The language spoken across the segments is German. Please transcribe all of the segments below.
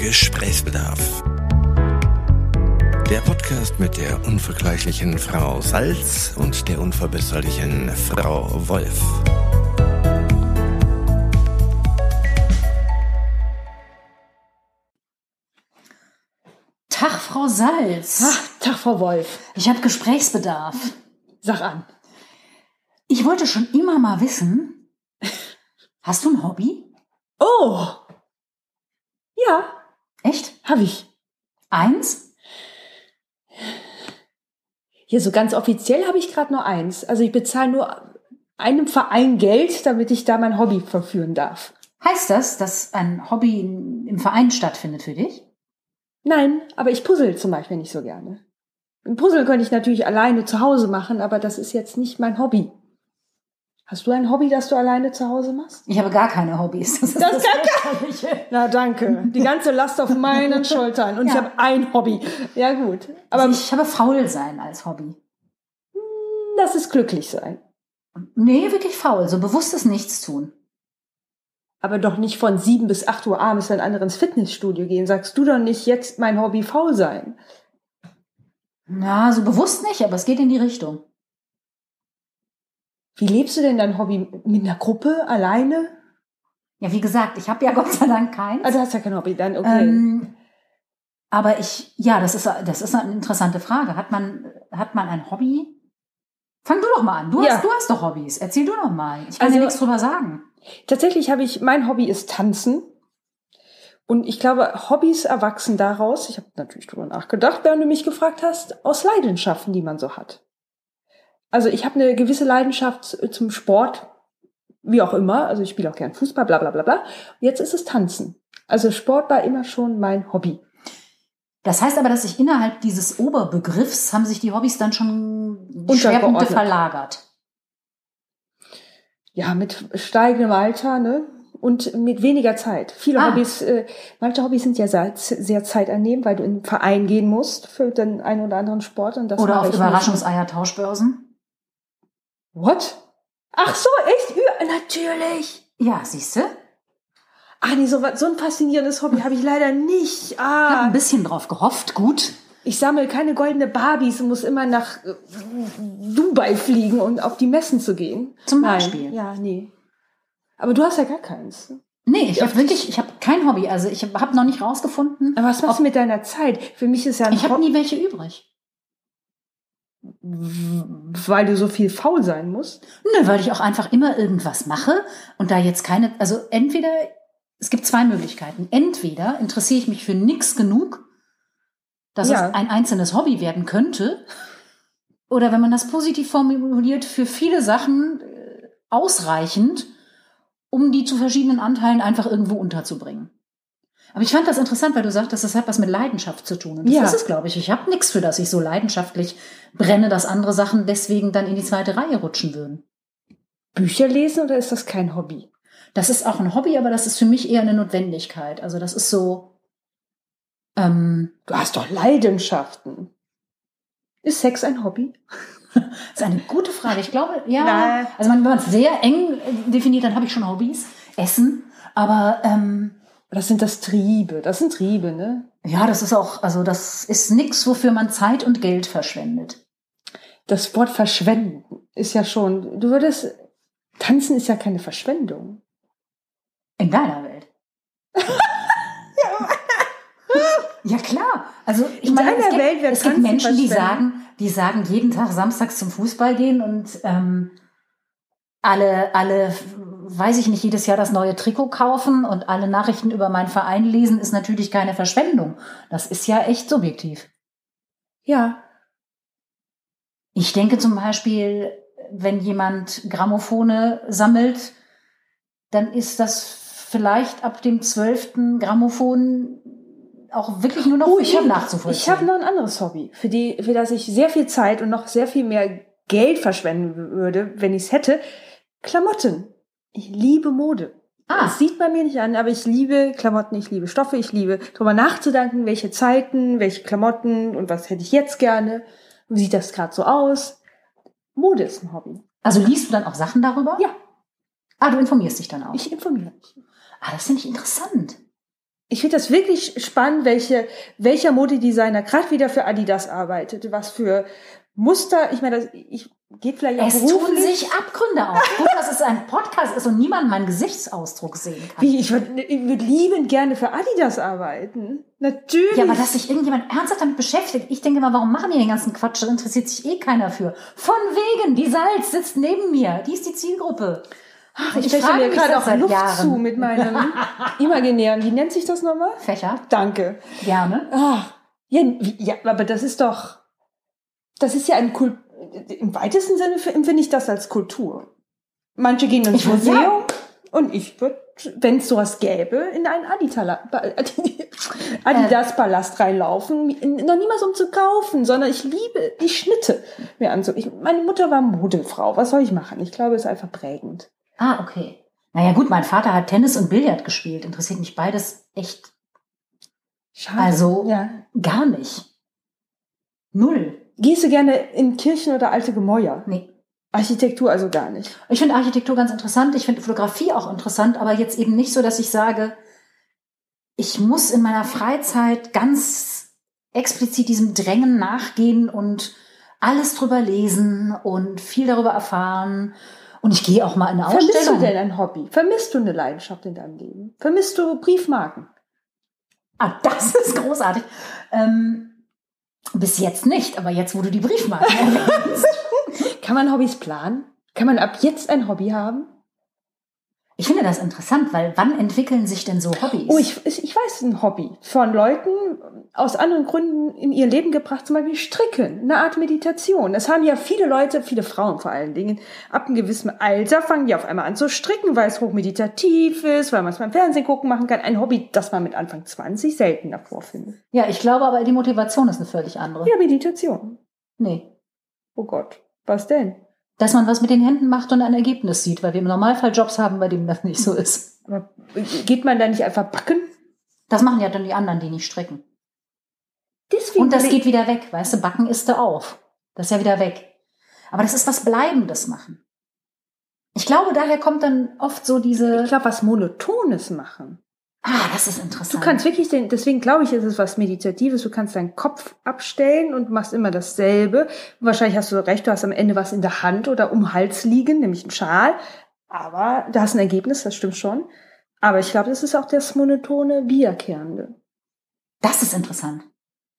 Gesprächsbedarf. Der Podcast mit der unvergleichlichen Frau Salz und der unverbesserlichen Frau Wolf. Tag, Frau Salz. Ach, Tag, Frau Wolf. Ich habe Gesprächsbedarf. Sag an. Ich wollte schon immer mal wissen, hast du ein Hobby? Oh! Ja, Echt? habe ich. Eins? Hier so ganz offiziell habe ich gerade nur eins. Also ich bezahle nur einem Verein Geld, damit ich da mein Hobby verführen darf. Heißt das, dass ein Hobby in- im Verein stattfindet für dich? Nein, aber ich puzzle zum Beispiel nicht so gerne. Ein Puzzle könnte ich natürlich alleine zu Hause machen, aber das ist jetzt nicht mein Hobby. Hast du ein Hobby, das du alleine zu Hause machst? Ich habe gar keine Hobbys. Das ist Das kann- Fürchterliche. Na danke. Die ganze Last auf meinen Schultern. Und ich Ja. habe ein Hobby. Ja gut. Aber Also ich habe faul sein als Hobby. das ist glücklich sein. Nee, wirklich faul. So bewusstes Nichtstun. Aber doch nicht von 7 bis 8 Uhr abends, wenn andere ins Fitnessstudio gehen, sagst du doch nicht, jetzt mein Hobby faul sein. Na, so bewusst nicht, aber es geht in die Richtung. Wie lebst du denn dein Hobby? Mit einer Gruppe? Alleine? Ja, wie gesagt, ich habe ja Gott sei Dank keins. Also hast ja kein Hobby, dann okay. Ähm, aber ich, ja, das ist, das ist eine interessante Frage. Hat man, hat man ein Hobby? Fang du doch mal an. Du, Ja. hast, du hast doch Hobbys. Erzähl du doch mal. Ich kann Also- ja nichts drüber sagen. Tatsächlich habe ich, mein Hobby ist Tanzen. Und ich glaube, Hobbys erwachsen daraus, ich habe natürlich drüber nachgedacht, während du mich gefragt hast, aus Leidenschaften, die man so hat. Also ich habe eine gewisse Leidenschaft zum Sport, wie auch immer. Also ich spiele auch gern Fußball, bla bla bla bla. Jetzt ist es Tanzen. Also Sport war immer schon mein Hobby. Das heißt aber, dass sich innerhalb dieses Oberbegriffs haben sich die Hobbys dann schon die Schwerpunkte Untergeordnet. verlagert. Ja, mit steigendem Alter, ne? Und mit weniger Zeit. Viele Ah. Hobbys, äh, manche Hobbys sind ja sehr, sehr zeitannehmend, weil du in einen Verein gehen musst für den einen oder anderen Sport und das Oder mache auf ich nicht. Überraschungseier-Tauschbörsen. What? Ach so, echt? Ü- Natürlich. Ja, siehst du? Ich Ah nee, so, was- so ein faszinierendes Hobby habe ich leider nicht. habe ein Ah, bisschen drauf gehofft. Gut. ich sammle keine goldene Barbies und muss immer nach äh, Dubai fliegen, um auf die Messen zu gehen. Zum Nein. Beispiel. Ja, nee. Aber du hast ja gar keins. Nee, ich habe wirklich, ich habe kein Hobby. Also ich habe noch nicht rausgefunden. Aber was machst du mit deiner Zeit? Für mich ist ja ein Ich habe Hobby- nie welche übrig. weil du so viel faul sein musst. Nö, weil ich auch einfach immer irgendwas mache und da jetzt keine, also entweder, es gibt zwei Möglichkeiten. Entweder interessiere ich mich für nichts genug, dass Ja. es ein einzelnes Hobby werden könnte, oder wenn man das positiv formuliert, für viele Sachen äh, ausreichend, um die zu verschiedenen Anteilen einfach irgendwo unterzubringen. Aber ich fand das interessant, weil du sagtest, das hat was mit Leidenschaft zu tun. Und das Ja. ist es, glaube ich. Ich habe nichts, für das ich so leidenschaftlich brenne, dass andere Sachen deswegen dann in die zweite Reihe rutschen würden. Bücher lesen oder ist das kein Hobby? Das ist auch ein Hobby, aber das ist für mich eher eine Notwendigkeit. Also das ist so. Ähm, Du hast doch Leidenschaften. Ist Sex ein Hobby? das ist eine gute Frage. Ich glaube, ja. Nein. Also wenn man es sehr eng äh, definiert, dann habe ich schon Hobbys, Essen. Aber ähm, Das sind das Triebe. Das sind Triebe, ne? ja, das ist auch, also das ist nichts, wofür man Zeit und Geld verschwendet. Das Wort verschwenden ist ja schon. Du würdest. Tanzen ist ja keine Verschwendung. In deiner Welt. ja klar. Also ich In meine, deiner es gibt, Welt wird es gibt Tanzen Menschen, die verschwenden. sagen, die sagen, jeden Tag samstags zum Fußball gehen und ähm, alle, alle, weiß ich nicht, jedes Jahr das neue Trikot kaufen und alle Nachrichten über meinen Verein lesen, ist natürlich keine Verschwendung. Das ist ja echt subjektiv. Ja. Ich denke zum Beispiel, wenn jemand Grammophone sammelt, dann ist das vielleicht ab dem 12. Grammophon auch wirklich nur noch für ihn habe nachzuvollziehen. Oh, ich hab noch ein anderes Hobby, für, die, für das ich sehr viel Zeit und noch sehr viel mehr Geld verschwenden würde, wenn ich es hätte. Klamotten. Ich liebe Mode. ah, Das sieht man mir nicht an, aber ich liebe Klamotten, ich liebe Stoffe, ich liebe drüber nachzudenken, welche Zeiten, welche Klamotten und was hätte ich jetzt gerne. Wie sieht das gerade so aus? Mode ist ein Hobby. also liest du dann auch Sachen darüber? Ja. Ah, du informierst dich dann auch. Ich informiere mich. ah, das finde ich interessant. Ich finde das wirklich spannend, welche, welcher Modedesigner gerade wieder für Adidas arbeitet, was für Muster, ich meine, das- ich geht vielleicht auch Es tun beruflich- sich Abgründe auf. Gut, dass es ein Podcast ist und niemand meinen Gesichtsausdruck sehen kann. Wie, ich würde würd liebend gerne für Adidas arbeiten. Natürlich. Ja, aber dass sich irgendjemand ernsthaft damit beschäftigt. Ich denke mal, warum machen die den ganzen Quatsch? Da interessiert sich eh keiner für. Von wegen, die Salz sitzt neben mir. Die ist die Zielgruppe. Ach, ich fächer mir gerade auch Luft zu mit meinem imaginären, wie nennt sich das nochmal? Fächer, Danke. gerne. Ach, Ah, ja, wie- ja, aber das ist doch, das ist ja ein Kult, im weitesten Sinne f- empfinde ich das als Kultur. Manche gehen ins Ich würd Museum sagen- und ich würde, wenn es sowas gäbe, in einen Aditala- Ba- Adidas-Palast reinlaufen. Noch niemals um zu kaufen, sondern ich liebe die Schnitte mir an. So, ich, meine Mutter war Modelfrau. Was soll ich machen? Ich glaube, es ist einfach prägend. Ah, okay. Naja, gut, mein Vater hat Tennis und Billard gespielt. Interessiert mich beides echt Schade. Also- ja. gar nicht. Null. Gehst du gerne in Kirchen oder alte Gemäuer? Nee. Architektur also gar nicht. Ich finde Architektur ganz interessant, ich finde Fotografie auch interessant, aber jetzt eben nicht so, dass ich sage, ich muss in meiner Freizeit ganz explizit diesem Drängen nachgehen und alles drüber lesen und viel darüber erfahren. Und ich gehe auch mal in eine Vermisst du Ausstellung. denn ein Hobby? Vermisst du eine Leidenschaft in deinem Leben? Vermisst du Briefmarken? Ah, das ist großartig. Ähm, bis jetzt nicht, aber jetzt, wo du die Briefmarken erwähnst. Kann man Hobbys planen? Kann man ab jetzt ein Hobby haben? Ich finde das interessant, weil wann entwickeln sich denn so Hobbys? Oh, ich, ich weiß ein Hobby von Leuten aus anderen Gründen in ihr Leben gebracht, zum Beispiel Stricken, eine Art Meditation. Das haben ja viele Leute, viele Frauen vor allen Dingen, ab einem gewissen Alter fangen die auf einmal an zu stricken, weil es hochmeditativ ist, weil man es beim Fernsehen gucken machen kann. Ein Hobby, das man mit Anfang 20 seltener vorfindet. ja, ich glaube aber, die Motivation ist eine völlig andere. Ja, Meditation. Nee. Oh Gott, was denn? dass man was mit den Händen macht und ein Ergebnis sieht, weil wir im Normalfall Jobs haben, bei denen das nicht so ist. Aber geht man da nicht einfach backen? Das machen ja dann die anderen, die nicht stricken. Deswegen Und das bin ich- geht wieder weg, weißt du, backen ist da auf. Das ist ja wieder weg. Aber das ist was Bleibendes machen. Ich glaube, daher kommt dann oft so diese, Ich glaube, was Monotones machen. ah, das ist Du interessant. kannst wirklich, den, deswegen glaube ich, ist es was Meditatives. Du kannst deinen Kopf abstellen und machst immer dasselbe. Wahrscheinlich hast du recht, du hast am Ende was in der Hand oder um den Hals liegen, nämlich einen Schal. Aber da hast du ein Ergebnis, das stimmt schon. Aber ich glaube, das ist auch das monotone, wiederkehrende. das ist interessant.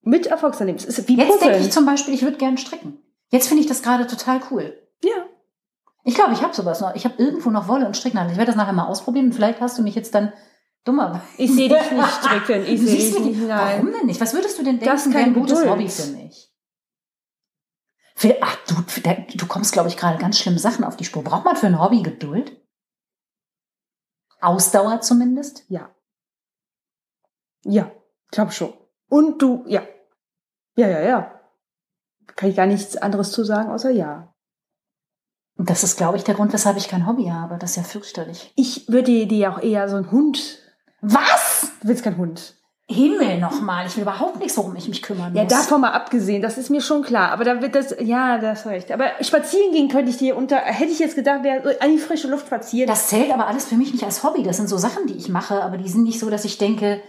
Mit Erfolgserlebnis. Es Ist wie Jetzt denke Puzzeln. ich zum Beispiel, ich würde gern stricken. Jetzt finde ich das gerade total cool. Ja. Ich glaube, ich habe sowas noch. Ich habe irgendwo noch Wolle und Stricknadeln. Ich werde das nachher mal ausprobieren und vielleicht hast du mich jetzt dann dummer. Ich sehe dich nicht stricken. Ich Du sehe siehst dich mich nicht. nicht. Nein. Warum denn nicht? Was würdest du denn Das denken, ist wäre ein keine gutes Geduld. Hobby für mich? Für, ach, du, für dein- du kommst, glaube ich, gerade ganz schlimme Sachen auf die Spur. Braucht man für ein Hobby Geduld? Ausdauer zumindest? Ja. Ja, ich glaube schon. Und du, ja. Ja, ja, ja. Kann ich gar nichts anderes zu sagen, außer ja. Und das ist, glaube ich, der Grund, weshalb ich kein Hobby habe. Das ist ja fürchterlich. Ich würde dir ja auch eher so einen Hund. Was? Du willst keinen Hund. Himmel nochmal. Ich will überhaupt nichts, worum ich mich kümmern Ja, muss. davon mal abgesehen, das ist mir schon klar. Aber da wird das, ja, das hast recht. Aber spazieren gehen könnte ich dir unter, hätte ich jetzt gedacht, wäre so an die frische Luft spazieren. Das zählt aber alles für mich nicht als Hobby. Das sind so Sachen, die ich mache, aber die sind nicht so, dass ich denke,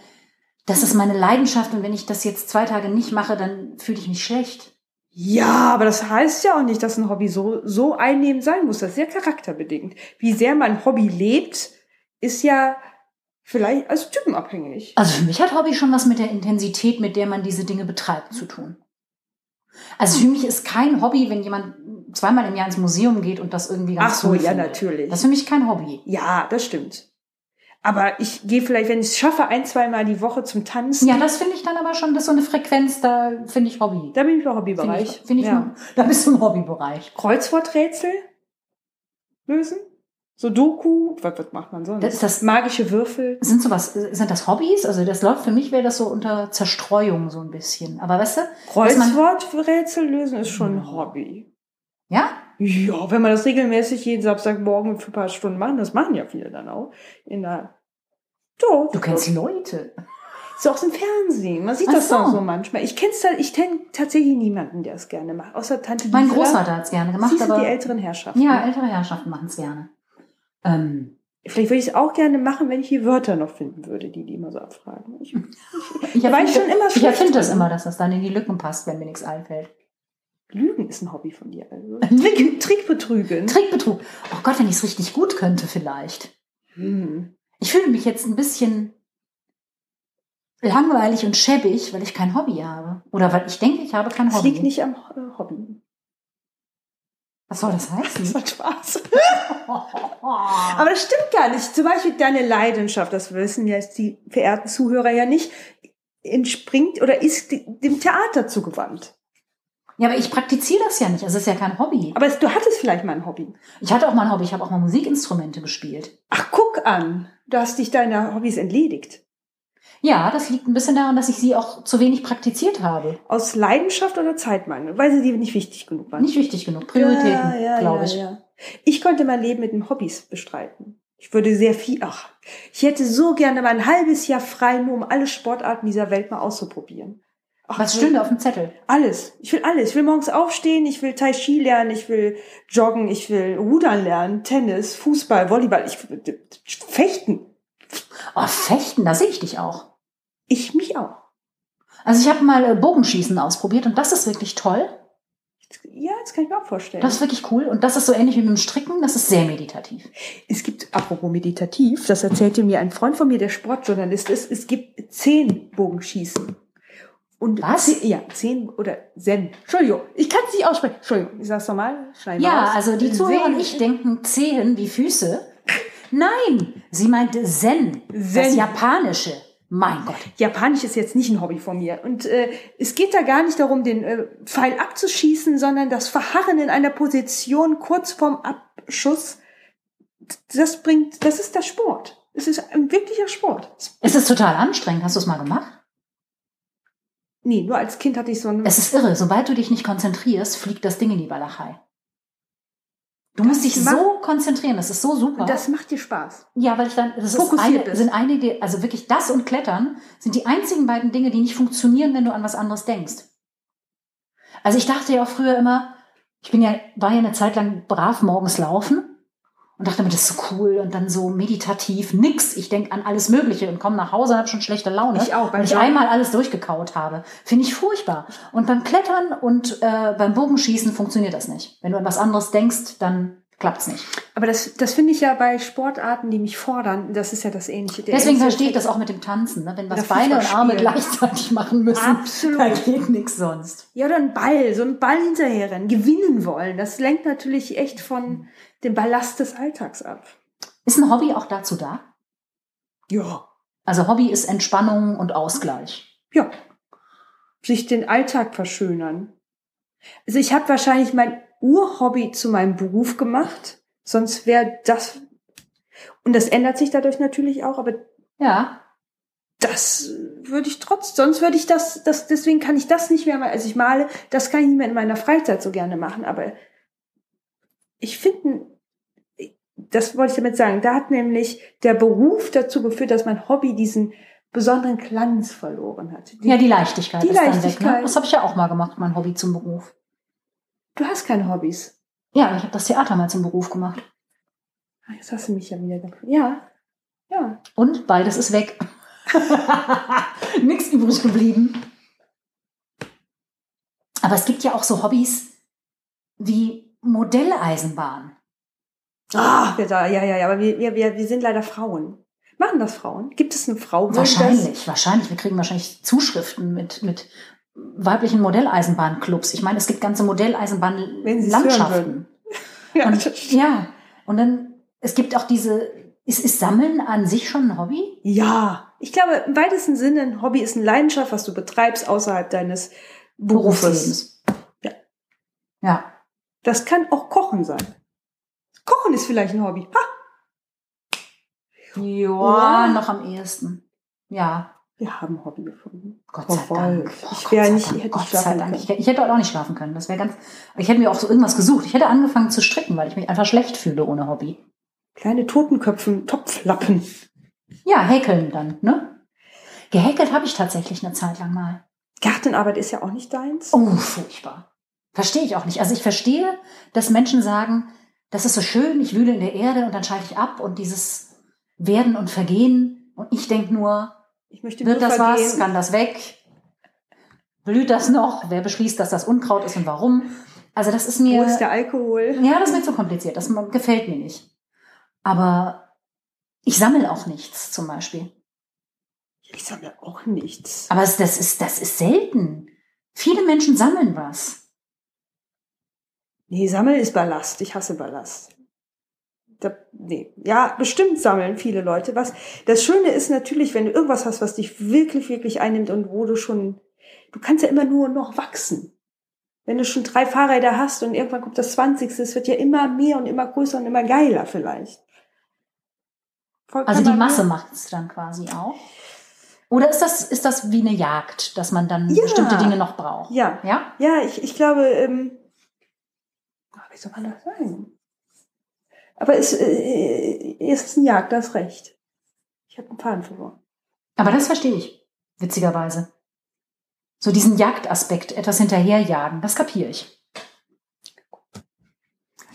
das ist meine Leidenschaft und wenn ich das jetzt zwei Tage nicht mache, dann fühle ich mich schlecht. Ja, aber das heißt ja auch nicht, dass ein Hobby so, so einnehmend sein muss. Das ist ja charakterbedingt. Wie sehr man Hobby lebt, ist ja vielleicht als Typen abhängig. Also für mich hat Hobby schon was mit der Intensität, mit der man diese Dinge betreibt, zu tun. Also Hm. für mich ist kein Hobby, wenn jemand zweimal im Jahr ins Museum geht und das irgendwie ganz Ach so, cool ja, findet. natürlich. Das ist für mich kein Hobby. Ja, das stimmt. Aber ich gehe vielleicht, wenn ich es schaffe, ein, zweimal die Woche zum Tanzen. Ja, das finde ich dann aber schon, das ist so eine Frequenz, da finde ich Hobby. Da bin ich im Finde Hobbybereich. ich, find ich ja. Da bist du im Hobbybereich. Kreuzworträtsel lösen? Sudoku? Was, was macht man sonst? Das ist das- Magische Würfel. Sind sowas, sind das Hobbys? Also das läuft für mich wäre das so unter Zerstreuung so ein bisschen. Aber weißt du, dass man, Kreuzworträtsel lösen ist schon ein Hobby. ja, Ja, wenn man das regelmäßig jeden Samstagmorgen für ein paar Stunden machen, das machen ja viele dann auch. In der so, du kennst Leute. ist auch im Fernsehen. Man sieht Ach das so. doch so manchmal. Ich kenn's halt, ich kenn tatsächlich niemanden, der es gerne macht, außer Tante Mein Gisela. Großvater hat es gerne gemacht, Siehst du, aber die älteren Herrschaften. ja, ältere Herrschaften machen es gerne. Ähm, Vielleicht würde ich es auch gerne machen, wenn ich die Wörter noch finden würde, die die immer so abfragen. Ich, Hm. Ich war ich erfinde- schon immer Ich schlecht erfinde das drin. immer, dass das dann in die Lücken passt, wenn mir nichts einfällt. Lügen ist ein Hobby von dir. Also. Trick, Trickbetrügen. Trickbetrug. Oh Gott, wenn ich es richtig gut könnte, vielleicht. Hm. Ich fühle mich jetzt ein bisschen langweilig und schäbig, weil ich kein Hobby habe. Oder weil ich denke, ich habe kein Das Hobby. liegt nicht am äh, Hobby. Was soll das Das heißen? macht Spaß. Aber Aber das stimmt gar nicht. Zum Beispiel deine Leidenschaft, das wissen jetzt die verehrten Zuhörer ja nicht, entspringt oder ist die- dem Theater zugewandt. ja, aber ich praktiziere das ja nicht. Es ist ja kein Hobby. Aber es, du hattest vielleicht mal ein Hobby. Ich hatte auch mal ein Hobby. Ich habe auch mal Musikinstrumente gespielt. Ach, guck an. Du hast dich deiner Hobbys entledigt. Ja, das liegt ein bisschen daran, dass ich sie auch zu wenig praktiziert habe. Aus Leidenschaft oder Zeitmangel, weil sie dir nicht wichtig genug waren. Nicht wichtig genug. Prioritäten, Ja, ja, glaube ja, ich. ja. Ich konnte mein Leben mit den Hobbys bestreiten. Ich würde sehr viel, ach, ich hätte so gerne mal ein halbes Jahr frei, nur um alle Sportarten dieser Welt mal auszuprobieren. Ach, Was so- stünde auf dem Zettel? Alles. Ich will alles. Ich will morgens aufstehen, ich will Tai Chi lernen, ich will joggen, ich will rudern lernen, Tennis, Fußball, Volleyball, ich äh, fechten. Oh, Fechten, da sehe ich dich auch. Ich mich auch. Also ich habe mal äh, Bogenschießen ausprobiert und das ist wirklich toll. Ja, das kann ich mir auch vorstellen. Das ist wirklich cool. Und das ist so ähnlich wie mit dem Stricken. Das ist sehr meditativ. Es gibt, apropos meditativ, das erzählte mir ein Freund von mir, der Sportjournalist ist, es gibt zehn Bogenschießen. Und Was? Zehn, ja, zehn oder Zen. Entschuldigung, ich kann es nicht aussprechen. Entschuldigung, ich sag's nochmal. schneiden wir Ja, raus. also die Zuhörer und ich Zen. denken Zehen wie Füße. Nein, sie meinte Zen. Das Zen. Japanische. Mein Gott. Japanisch ist jetzt nicht ein Hobby von mir. Und äh, es geht da gar nicht darum, den äh, Pfeil abzuschießen, sondern das Verharren in einer Position kurz vorm Abschuss, das bringt, das ist der Sport. Es ist ein wirklicher Sport. Es ist total anstrengend. Hast du es mal gemacht? Nee, nur als Kind hatte ich so ein... Es ist irre. Sobald du dich nicht konzentrierst, fliegt das Ding in die Walachei. Du musst dich macht- so konzentrieren. Das ist so super. Und das macht dir Spaß. ja, weil ich dann, das ist Fokussiert eine, bist. sind einige, also wirklich das und Klettern sind die einzigen beiden Dinge, die nicht funktionieren, wenn du an was anderes denkst. Also ich dachte ja auch früher immer, ich bin ja, war ja eine Zeit lang brav morgens laufen und dachte mir, das ist so cool und dann so meditativ, nix. Ich denke an alles Mögliche und komme nach Hause und habe schon schlechte Laune. Ich auch, beim weil ich Joggen. einmal alles durchgekaut habe. Finde ich furchtbar. Und beim Klettern und äh, beim Bogenschießen funktioniert das nicht. Wenn du an was anderes denkst, dann klappt's nicht. Aber das, das finde ich ja bei Sportarten, die mich fordern, das ist ja das Ähnliche. Der Deswegen ähnliche verstehe ich das auch mit dem Tanzen, ne? wenn was Oder Fußball Beine und Arme spielen. gleichzeitig machen müssen. Absolut. Da geht nichts sonst. Ja, oder ein Ball, so ein Ball hinterherrennen, gewinnen wollen. Das lenkt natürlich echt von dem Ballast des Alltags ab. Ist ein Hobby auch dazu da? Ja. Also Hobby ist Entspannung und Ausgleich. Ja. Sich den Alltag verschönern. Also ich habe wahrscheinlich mein Urhobby zu meinem Beruf gemacht, sonst wäre das. Und das ändert sich dadurch natürlich auch, aber Ja, das würde ich trotz, sonst würde ich das, das, deswegen kann ich das nicht mehr mal, also ich male, das kann ich nicht mehr in meiner Freizeit so gerne machen, aber ich finde, das wollte ich damit sagen, da hat nämlich der Beruf dazu geführt, dass mein Hobby diesen besonderen Glanz verloren hat. ja die Leichtigkeit Die ist dann weg. Ne? Leichtigkeit. Das habe ich ja auch mal gemacht, mein Hobby zum Beruf. Du hast keine Hobbys. Ja, ich habe das Theater mal zum Beruf gemacht. Ah, Jetzt hast du mich ja wieder dafür. Ja. Ja. Und beides ist weg. Nichts übrig geblieben. Aber es gibt ja auch so Hobbys wie Modelleisenbahn. Ah, wir da, ja, ja, ja, aber wir, wir, wir wir sind leider Frauen. Machen das Frauen? Gibt es eine Frau? Würde das- Wahrscheinlich, wahrscheinlich. Wir kriegen wahrscheinlich Zuschriften mit, mit weiblichen Modelleisenbahnclubs. Ich meine, es gibt ganze Wenn Sie's Modelleisenbahnlandschaften. hören Ja, Und, ja, und dann, es gibt auch diese, ist, ist Sammeln an sich schon ein Hobby? Ja, ich glaube, im weitesten Sinne ein Hobby ist eine Leidenschaft, was du betreibst außerhalb deines Berufes. Berufslebens. Ja. Ja. Das kann auch Kochen sein. Kochen ist vielleicht ein Hobby. Ha! Ja, Ja. noch am ehesten. Ja. Wir haben ein Hobby gefunden. Gott sei Oh, Dank. Wolf. Oh, Ich Gott wär sei nicht- Dank. hätte nicht Gott sei schlafen Dank. können. Ich, ich hätte auch nicht schlafen können. Das wäre ganz, ich hätte mir auch so irgendwas gesucht. Ich hätte angefangen zu stricken, weil ich mich einfach schlecht fühle ohne Hobby. Kleine Totenköpfen, Topflappen. Ja, häkeln dann, ne? Gehäkelt habe ich tatsächlich eine Zeit lang mal. Gartenarbeit ist ja auch nicht deins. Oh, furchtbar. Verstehe ich auch nicht. Also ich verstehe, dass Menschen sagen, das ist so schön, ich wühle in der Erde und dann schalte ich ab und dieses werden und vergehen. Und ich denke nur, Ich möchte wird nur das was? vergehen. Kann das weg? Blüht das noch? Wer beschließt, dass das Unkraut ist und warum? Also das ist mir... Wo ist der Alkohol? Ja, das ist mir zu kompliziert. Das gefällt mir nicht. Aber ich sammle auch nichts zum Beispiel. Ich sammle auch nichts. Aber es- das ist, das ist selten. Viele Menschen sammeln was. Nee, sammeln ist Ballast. Ich hasse Ballast. Da, nee. Ja, bestimmt sammeln viele Leute was. Das Schöne ist natürlich, wenn du irgendwas hast, was dich wirklich, wirklich einnimmt und wo du schon, du kannst ja immer nur noch wachsen. Wenn du schon drei Fahrräder hast und irgendwann kommt das 20. Es wird ja immer mehr und immer größer und immer geiler vielleicht. Voll Also kann die man- Masse macht es dann quasi auch. Oder ist das, ist das wie eine Jagd, dass man dann Ja. bestimmte Dinge noch braucht? Ja, Ja? Ja, ich, ich glaube, ähm, ah, wie soll man das sagen? Aber es, äh, es ist ein Jagd, das Recht. Ich habe einen Faden verloren. Aber das verstehe ich, witzigerweise. So diesen Jagdaspekt, etwas hinterherjagen, das kapiere ich.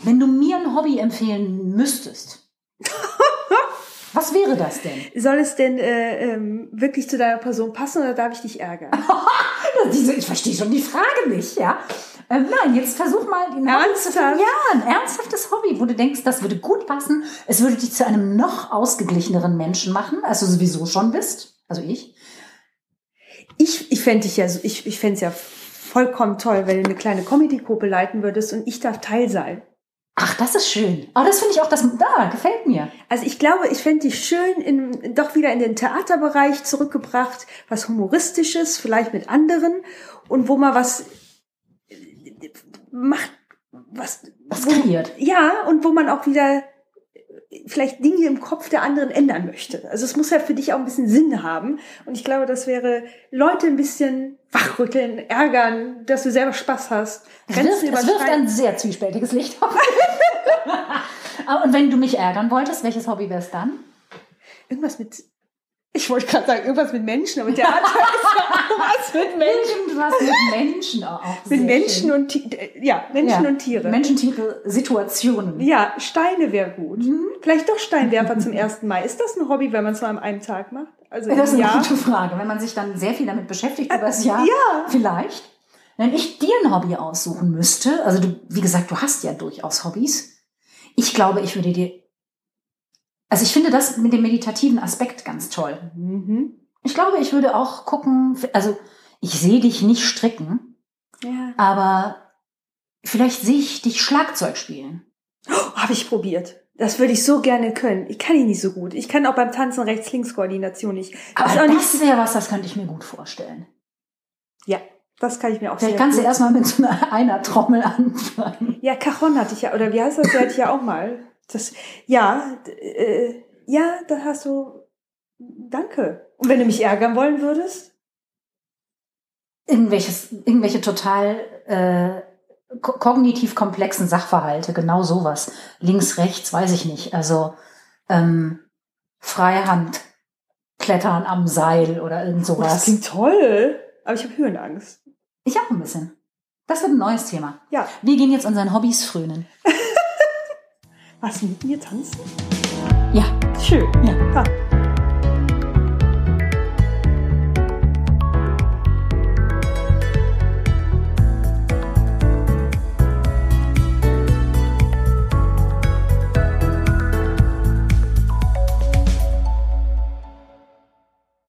Wenn du mir ein Hobby empfehlen müsstest, was wäre das denn? Soll es denn äh, ähm, wirklich zu deiner Person passen oder darf ich dich ärgern? Diese, ich verstehe schon die Frage nicht, ja. Ähm, nein, jetzt versuch mal den Hobby zu finden. Ernsthaft? Ja, ein ernsthaftes Hobby, wo du denkst, das würde gut passen. Es würde dich zu einem noch ausgeglicheneren Menschen machen, als du sowieso schon bist. Also ich. Ich, ich fände dich ja, so- ich, ich fänd's ja vollkommen toll, wenn du eine kleine Comedy-Gruppe leiten würdest und ich darf Teil sein. Ach, das ist schön. Aber das finde ich auch, das da gefällt mir. Also ich glaube, ich fände dich schön in, doch wieder in den Theaterbereich zurückgebracht, was Humoristisches, vielleicht mit anderen und wo man was äh, macht, was, Das kreiert. ja, und wo man auch wieder äh, vielleicht Dinge im Kopf der anderen ändern möchte. Also es muss ja für dich auch ein bisschen Sinn haben. Und ich glaube, das wäre Leute ein bisschen wachrütteln, ärgern, dass du selber Spaß hast. Es wirft, Grenzen es wirft überschreiten. ein sehr zwiespältiges Licht auf. Ah, Und wenn du mich ärgern wolltest, welches Hobby wär's dann? Irgendwas mit, ich wollte gerade sagen, irgendwas mit Menschen, aber Theater ist ja auch was mit Menschen. Irgendwas mit Menschen auch. auch Mit sehr Menschen schön. und Ti- äh, ja, Menschen Ja. und Tiere. Menschen, Tiere, Situationen. ja, Steine wäre gut. Vielleicht doch Steinwerfer zum ersten Mal. Ist das ein Hobby, wenn man es nur an einem Tag macht? Also Äh, Das ist eine ja. gute Frage. Wenn man sich dann sehr viel damit beschäftigt über das Äh, Jahr, ja. vielleicht. Wenn ich dir ein Hobby aussuchen müsste, also du, wie gesagt, du hast ja durchaus Hobbys. Ich glaube, ich würde dir, also ich finde das mit dem meditativen Aspekt ganz toll. Mhm. Ich glaube, ich würde auch gucken, also ich sehe dich nicht stricken, ja. aber vielleicht sehe ich dich Schlagzeug spielen. Oh, Habe ich probiert. Das würde ich so gerne können. Ich kann ihn nicht so gut. Ich kann auch beim Tanzen Rechts-Links-Koordination nicht. Aber ist auch das ist ja was, das könnte ich mir gut vorstellen. Ja, das kann ich mir auch Vielleicht sehr kannst du gut. erstmal mit so einer, einer Trommel anfangen. Ja, Cajon hatte ich ja, oder wie heißt das? hatte ich ja auch mal. Das, ja, d- äh, ja, da hast du. Danke. Und wenn du mich ärgern wollen würdest? irgendwelches, irgendwelche total äh, ko- kognitiv komplexen Sachverhalte, genau sowas. Links, rechts, weiß ich nicht. Also ähm, Freihand klettern am Seil oder irgend Oh, das sowas. klingt toll. Aber ich habe Höhenangst. Ich auch ein bisschen. Das wird ein neues Thema. Ja. Wir gehen jetzt unseren Hobbys frönen. Was, mit mir tanzen? Ja. Schön. Ja. Ja.